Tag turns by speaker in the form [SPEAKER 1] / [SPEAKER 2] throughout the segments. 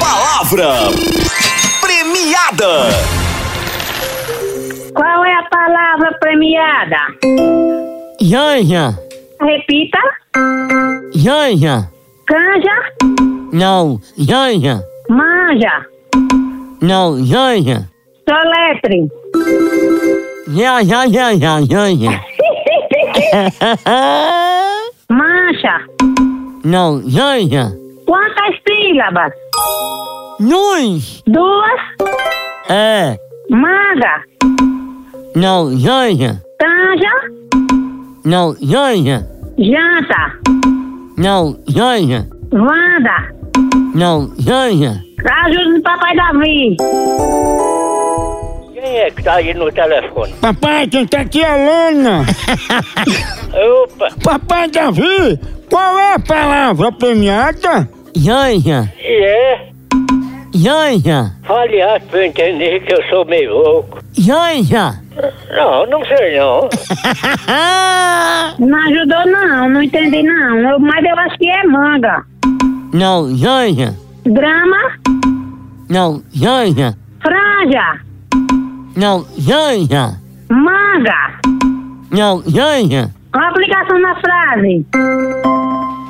[SPEAKER 1] Palavra premiada.
[SPEAKER 2] Qual é a palavra premiada?
[SPEAKER 3] Janja,
[SPEAKER 2] Repita.
[SPEAKER 3] Janja,
[SPEAKER 2] Canja,
[SPEAKER 3] não, Janja,
[SPEAKER 2] manja,
[SPEAKER 3] não, Janja,
[SPEAKER 2] soletre.
[SPEAKER 3] já, já, já, já, Janja,
[SPEAKER 2] Mancha.
[SPEAKER 3] não, Janja,
[SPEAKER 2] Quantas sílabas?
[SPEAKER 3] Nuis,
[SPEAKER 2] Duas.
[SPEAKER 3] é,
[SPEAKER 2] Manga.
[SPEAKER 3] não, Janja,
[SPEAKER 2] Canja,
[SPEAKER 3] não, Janja,
[SPEAKER 2] janta.
[SPEAKER 3] não, Janja,
[SPEAKER 2] Vanda.
[SPEAKER 3] não, Janja,
[SPEAKER 2] Ajuda o papai Davi.
[SPEAKER 4] Quem é que tá aí no telefone?
[SPEAKER 5] Papai, quem tá aqui é a Lana.
[SPEAKER 4] Opa,
[SPEAKER 5] Papai Davi, qual é a palavra premiada?
[SPEAKER 3] Janja,
[SPEAKER 4] e é?
[SPEAKER 3] Janja,
[SPEAKER 4] Fale alto pra eu entender que eu sou meio louco.
[SPEAKER 3] Janja,
[SPEAKER 4] Não, não sei não.
[SPEAKER 2] Não ajudou, não. Não entendi, não. Eu- mas eu acho que é manga.
[SPEAKER 3] não, Janja,
[SPEAKER 2] Grama,
[SPEAKER 3] não, Janja,
[SPEAKER 2] franja,
[SPEAKER 3] não, Janja,
[SPEAKER 2] manga.
[SPEAKER 3] não, Janja,
[SPEAKER 2] A aplicação na frase.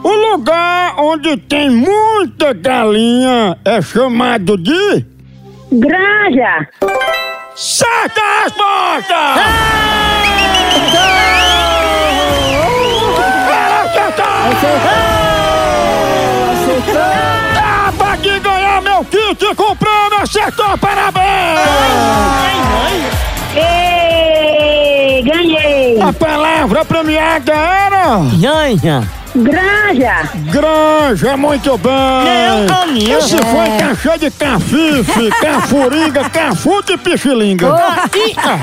[SPEAKER 5] O lugar onde tem muita galinha é chamado de.
[SPEAKER 2] Granja.
[SPEAKER 5] Certa resposta! Ela acertou! Tava de ganhar meu kit comprando, acertou, parabéns!
[SPEAKER 2] Ê, ganhei.
[SPEAKER 5] A palavra premiada era.
[SPEAKER 3] Janja,
[SPEAKER 2] Granja.
[SPEAKER 5] Granja, é muito bem!
[SPEAKER 3] Leão Caminho.
[SPEAKER 5] Esse foi cachê de cafife, cafuriga, cafuta e pichilinga.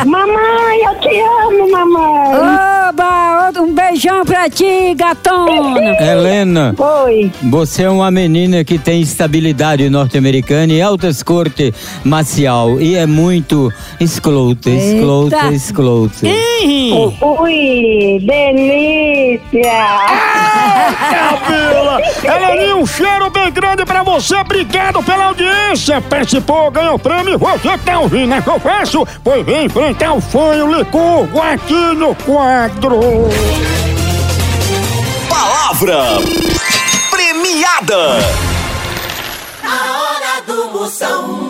[SPEAKER 2] Mamãe, eu te amo, mamãe.
[SPEAKER 6] Oba! outro- Um beijão pra ti, gatona!
[SPEAKER 7] Helena,
[SPEAKER 2] Oi.
[SPEAKER 7] você é uma menina que tem estabilidade norte-americana e altas corte marcial. E é muito esclota, esclota,
[SPEAKER 6] Eita.
[SPEAKER 7] esclota.
[SPEAKER 3] Ih,
[SPEAKER 2] Ui, delícia.
[SPEAKER 5] Cabela! Heleninha, um cheiro bem grande pra você, obrigado pela audiência! Participou, ganhou o prêmio, você tá ouvindo, é que eu faço? Pois vem enfrentar o sonho licurgo aqui no quadro!
[SPEAKER 1] Palavra premiada.
[SPEAKER 8] A hora do Moção.